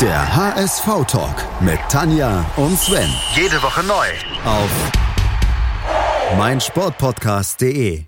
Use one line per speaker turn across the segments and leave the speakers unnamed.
Der HSV-Talk mit Tanja und Sven.
Jede Woche neu.
Auf meinsportpodcast.de.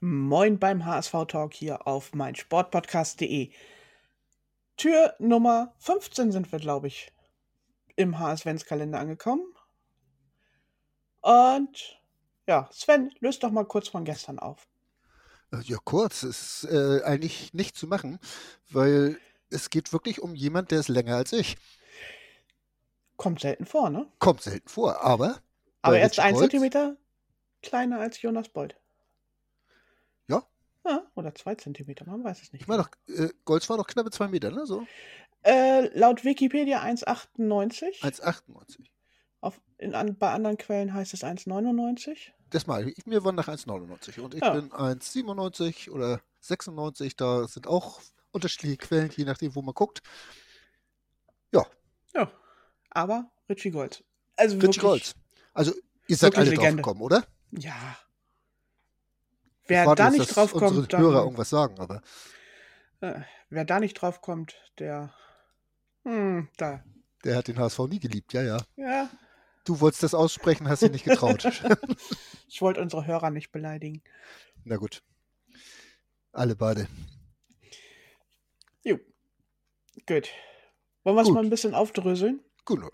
Moin beim HSV-Talk hier auf meinsportpodcast.de. Tür Nummer 15 sind wir, glaube ich, im HSV-Kalender angekommen. Und ja, Sven, löst doch mal kurz von gestern auf.
Ja, kurz. Es ist äh, eigentlich nicht zu machen, weil es geht wirklich um jemand, der ist länger als ich.
Kommt selten vor, ne?
Kommt selten vor, aber.
Aber
bei
er ist
Rich
ein
Bolz-
Zentimeter kleiner als Jonas Bold.
Ja.
Ja, oder zwei Zentimeter, man weiß es nicht.
Ich meine doch, äh, Golz war doch knappe zwei Meter, ne? So
Äh, laut Wikipedia 1,98.
1,98.
Auf, in, an, bei anderen Quellen heißt es 1,99.
Das mal. Ich, mir war nach 1,99 und ich
Ja.
bin 1,97 oder 96. Da sind auch unterschiedliche Quellen, je nachdem, wo man guckt.
Ja. Aber Richie Golds. Also
Richie
wirklich,
Golz. Also, ihr seid
wirklich
alle drauf
Legende.
gekommen, oder?
Ja.
Ich
Wer
warte
da
jetzt,
nicht
dass
drauf kommt,
unsere Hörer
dann,
irgendwas sagen, aber
äh, wer da nicht drauf kommt, der. Hm, da.
der hat den HSV nie geliebt. Ja, ja.
Ja.
Du wolltest das aussprechen, hast dich nicht getraut.
Ich wollte unsere Hörer nicht beleidigen.
Na gut. Alle beide.
Jo. Gut. Wollen wir es
Gut.
mal ein bisschen aufdröseln?
Genau.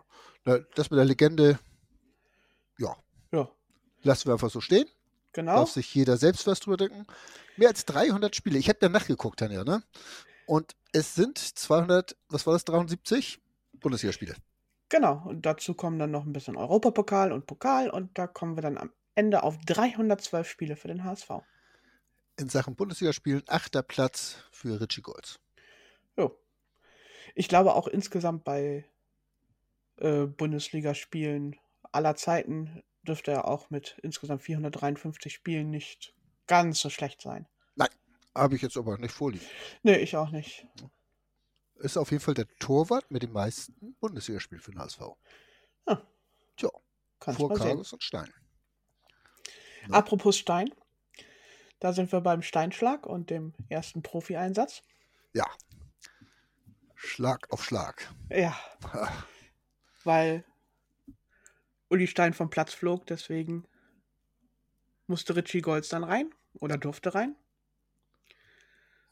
Na, das mit der Legende
Ja.
lassen wir einfach so stehen.
Genau.
Darf sich jeder selbst was drüber denken. Mehr als 300 Spiele. Ich habe ja nachgeguckt, Tanja, ne? Und es sind 200, was war das, 73 Bundesligaspiele.
Genau. Und dazu kommen dann noch ein bisschen Europapokal und Pokal und da kommen wir dann am Ende auf 312 Spiele für den HSV.
In Sachen Bundesligaspielen achter Platz für Richie Golds.
Jo. Ich glaube auch insgesamt bei äh, Bundesligaspielen aller Zeiten dürfte er auch mit insgesamt 453 Spielen nicht ganz so schlecht sein.
Habe ich jetzt aber nicht vorliegen.
Nee, ich auch nicht.
Ist auf jeden Fall der Torwart mit den meisten Bundesligaspielen für den HSV.
Kannst
vor
mal sehen.
Carlos und Stein. Ja.
Apropos Stein. Da sind wir beim Steinschlag und dem ersten Profi-Einsatz.
Ja. Schlag auf Schlag.
Ja,
Ach,
weil Uli Stein vom Platz flog, deswegen musste Richie Golds dann rein oder durfte rein.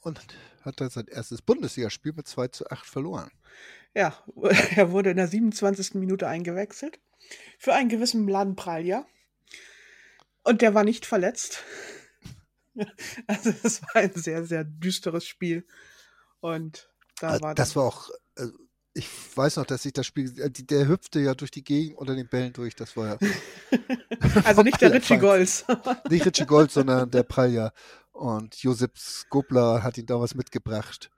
Und hat dann sein erstes Bundesligaspiel mit 2 zu 8 verloren.
Ja, er wurde in der 27. Minute eingewechselt. Für einen gewissen Mladen Pralja. Und der war nicht verletzt. Also es war ein sehr, sehr düsteres Spiel. Und da
Also
war
das
dann-
war auch, also ich weiß noch, dass ich das Spiel, äh, die- der hüpfte ja durch die Gegend unter den Bällen durch. Das war ja
also nicht der
Pralja
Richie Golds.
nicht Richie Gold, sondern der Pralja. Und Josip Skobler hat ihn damals mitgebracht.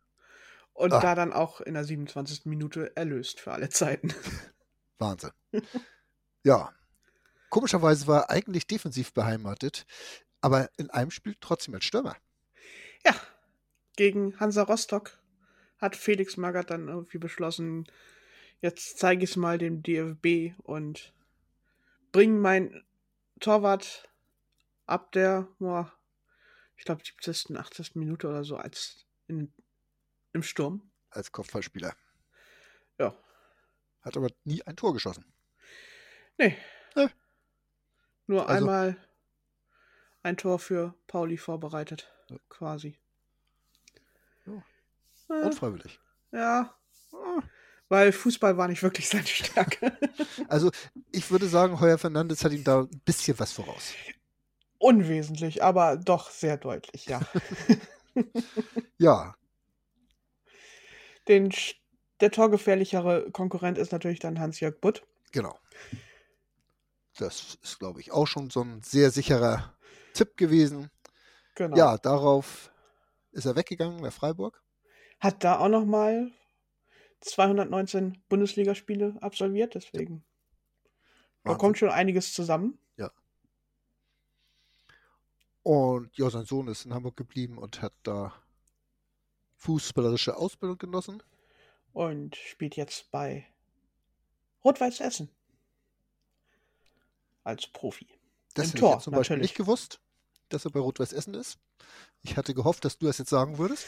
Und
Ah.
da dann auch in der 27. Minute erlöst für alle Zeiten.
Wahnsinn. Ja. Komischerweise war er eigentlich defensiv beheimatet, aber in einem Spiel trotzdem als Stürmer.
Ja, gegen Hansa Rostock hat Felix Magath dann irgendwie beschlossen, jetzt zeige ich es mal dem DFB und bringe mein Torwart ab der, boah, ich glaube, 70., 80. Minute oder so als in, im Sturm.
als Kopfballspieler.
Ja.
Hat aber nie ein Tor geschossen.
Nee.
Nö.
Nur
Also-
einmal ein Tor für Pauli vorbereitet, quasi.
Ja. Ah.
Äh,
Unfreiwillig.
Ja. Weil Fußball war nicht wirklich seine Stärke.
Also ich würde sagen, Heuer Fernandes hat ihm da ein bisschen was voraus.
Unwesentlich, aber doch sehr deutlich, ja.
Ja,
Den, Sch- der torgefährlichere Konkurrent ist natürlich dann Hans-Jörg Butt.
genau. Das ist, glaube ich, auch schon so ein sehr sicherer Tipp gewesen.
Genau.
Ja, darauf ist er weggegangen nach Freiburg.
Hat da auch nochmal 219 Bundesligaspiele absolviert, deswegen. Da
Wahnsinn.
kommt schon einiges zusammen.
Und ja, sein Sohn ist in Hamburg geblieben und hat da fußballerische Ausbildung genossen.
und spielt jetzt bei Rot-Weiß Essen. Als Profi.
Das
Im
hätte
Tor,
ich jetzt zum Beispiel
natürlich.
nicht gewusst, dass er bei Rot-Weiß Essen ist. Ich hatte gehofft, dass du das jetzt sagen würdest.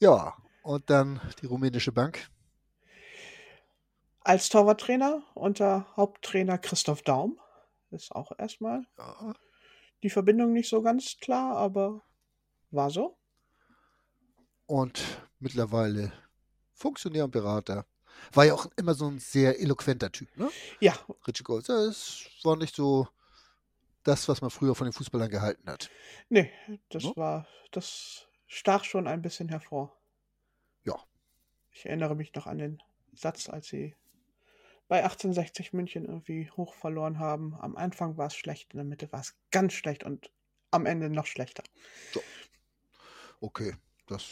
Ja, und dann die rumänische Bank.
Als Torwarttrainer unter Haupttrainer Christoph Daum. Ist auch erstmal
Ja,
die Verbindung nicht so ganz klar, aber war so.
Und mittlerweile Funktionär und Berater. War ja auch immer so ein sehr eloquenter Typ, ne?
Ja,
Richie Golds. Ja, es war nicht so das, was man früher von den Fußballern gehalten hat.
nee, das
Ne?
war, das stach schon ein bisschen hervor.
Ja.
Ich erinnere mich noch an den Satz, als sie bei 1860 München irgendwie hoch verloren haben. Am Anfang war es schlecht, in der Mitte war es ganz schlecht und am Ende noch schlechter.
Okay, das,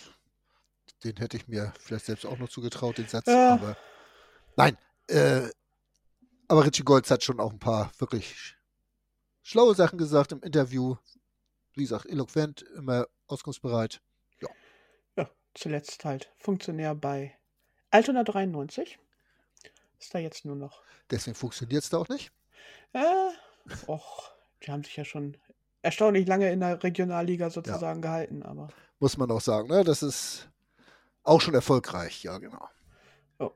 den hätte ich mir vielleicht selbst auch noch zugetraut, den Satz.
Ja.
Aber nein, äh, aber Richie Golds hat schon auch ein paar wirklich sch- schlaue Sachen gesagt im Interview. Wie gesagt, eloquent, immer auskunftsbereit.
Ja, zuletzt halt Funktionär bei Altona 93. Ist da jetzt nur noch.
Deswegen funktioniert es da auch nicht.
Äh, och, die haben sich ja schon erstaunlich lange in der Regionalliga sozusagen gehalten, aber
Muss man auch sagen, ne? Das ist auch schon erfolgreich, ja, genau.
Ja.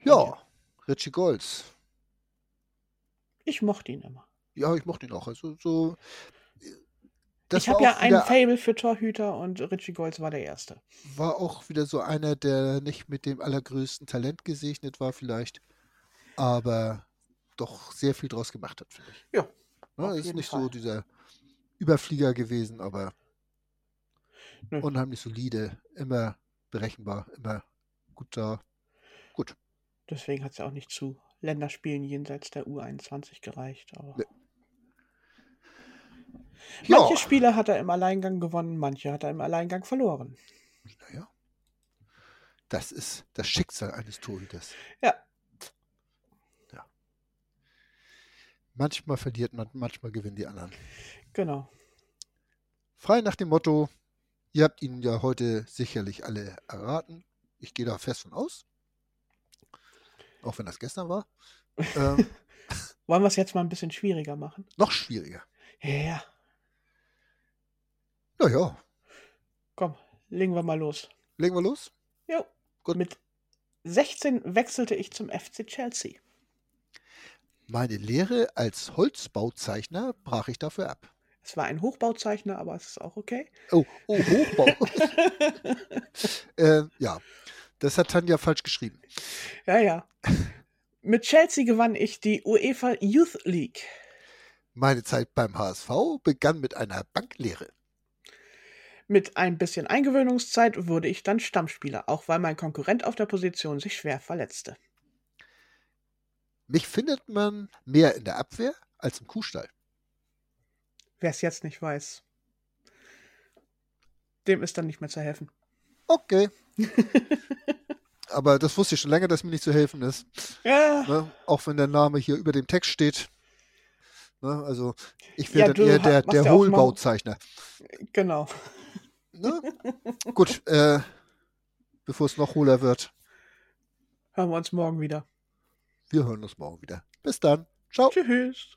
Ja, Richie Golds.
ich mochte ihn immer.
Ja, ich mochte ihn auch. Also so. Das
ich habe
war
ja
auch
ein
wieder-
Fable für Torhüter und Richie Golds war der Erste.
war auch wieder so einer, der nicht mit dem allergrößten Talent gesegnet war, vielleicht, aber doch sehr viel draus gemacht hat, finde ich.
Ja,
Ne,
auf
ist
jeden
nicht so
Fall.
dieser Überflieger gewesen, aber
Nö.
unheimlich solide, immer berechenbar, immer gut da.
Deswegen hat es ja auch nicht zu Länderspielen jenseits der U21 gereicht. Aber
Nee. Ne, Ja,
Manche Spiele hat er im Alleingang gewonnen, manche hat er im Alleingang verloren.
naja. Das ist das Schicksal eines Torhüters.
Ja.
ja. Manchmal verliert man, manchmal gewinnen die anderen.
Genau.
Frei nach dem Motto, ihr habt ihn ja heute sicherlich alle erraten. Ich gehe da fest von aus. Auch wenn das gestern war. Ähm,
Wollen wir es jetzt mal ein bisschen schwieriger machen?
noch schwieriger.
Ja, ja,
Naja,
komm, legen wir mal los.
legen wir los.
Jo.
Gut.
Mit 16 wechselte ich zum FC Chelsea.
Meine Lehre als Holzbauzeichner brach ich dafür ab.
Es war ein Hochbauzeichner, aber es ist auch okay.
Oh, oh Hochbau. äh, ja, das hat Tanja falsch geschrieben.
Ja, ja. Mit Chelsea gewann ich die UEFA Youth League.
Meine Zeit beim HSV begann mit einer Banklehre.
Mit ein bisschen Eingewöhnungszeit wurde ich dann Stammspieler, auch weil mein Konkurrent auf der Position sich schwer verletzte.
Mich findet man mehr in der Abwehr als im Kuhstall.
Wer es jetzt nicht weiß, dem ist dann nicht mehr zu helfen.
Okay. Aber das wusste ich schon länger, dass mir nicht zu helfen ist.
Ja,
Ne? Auch wenn der Name hier über dem Text steht. Ne? Also ich
Ja,
wäre
du
dann eher
ha-
der,
machst
der
ja auch mal-
Hohlbauzeichner.
genau.
Ne? Gut, äh, bevor es noch hohler wird,
Hören wir uns morgen wieder.
wir hören uns morgen wieder. Bis dann. Ciao.
Tschüss.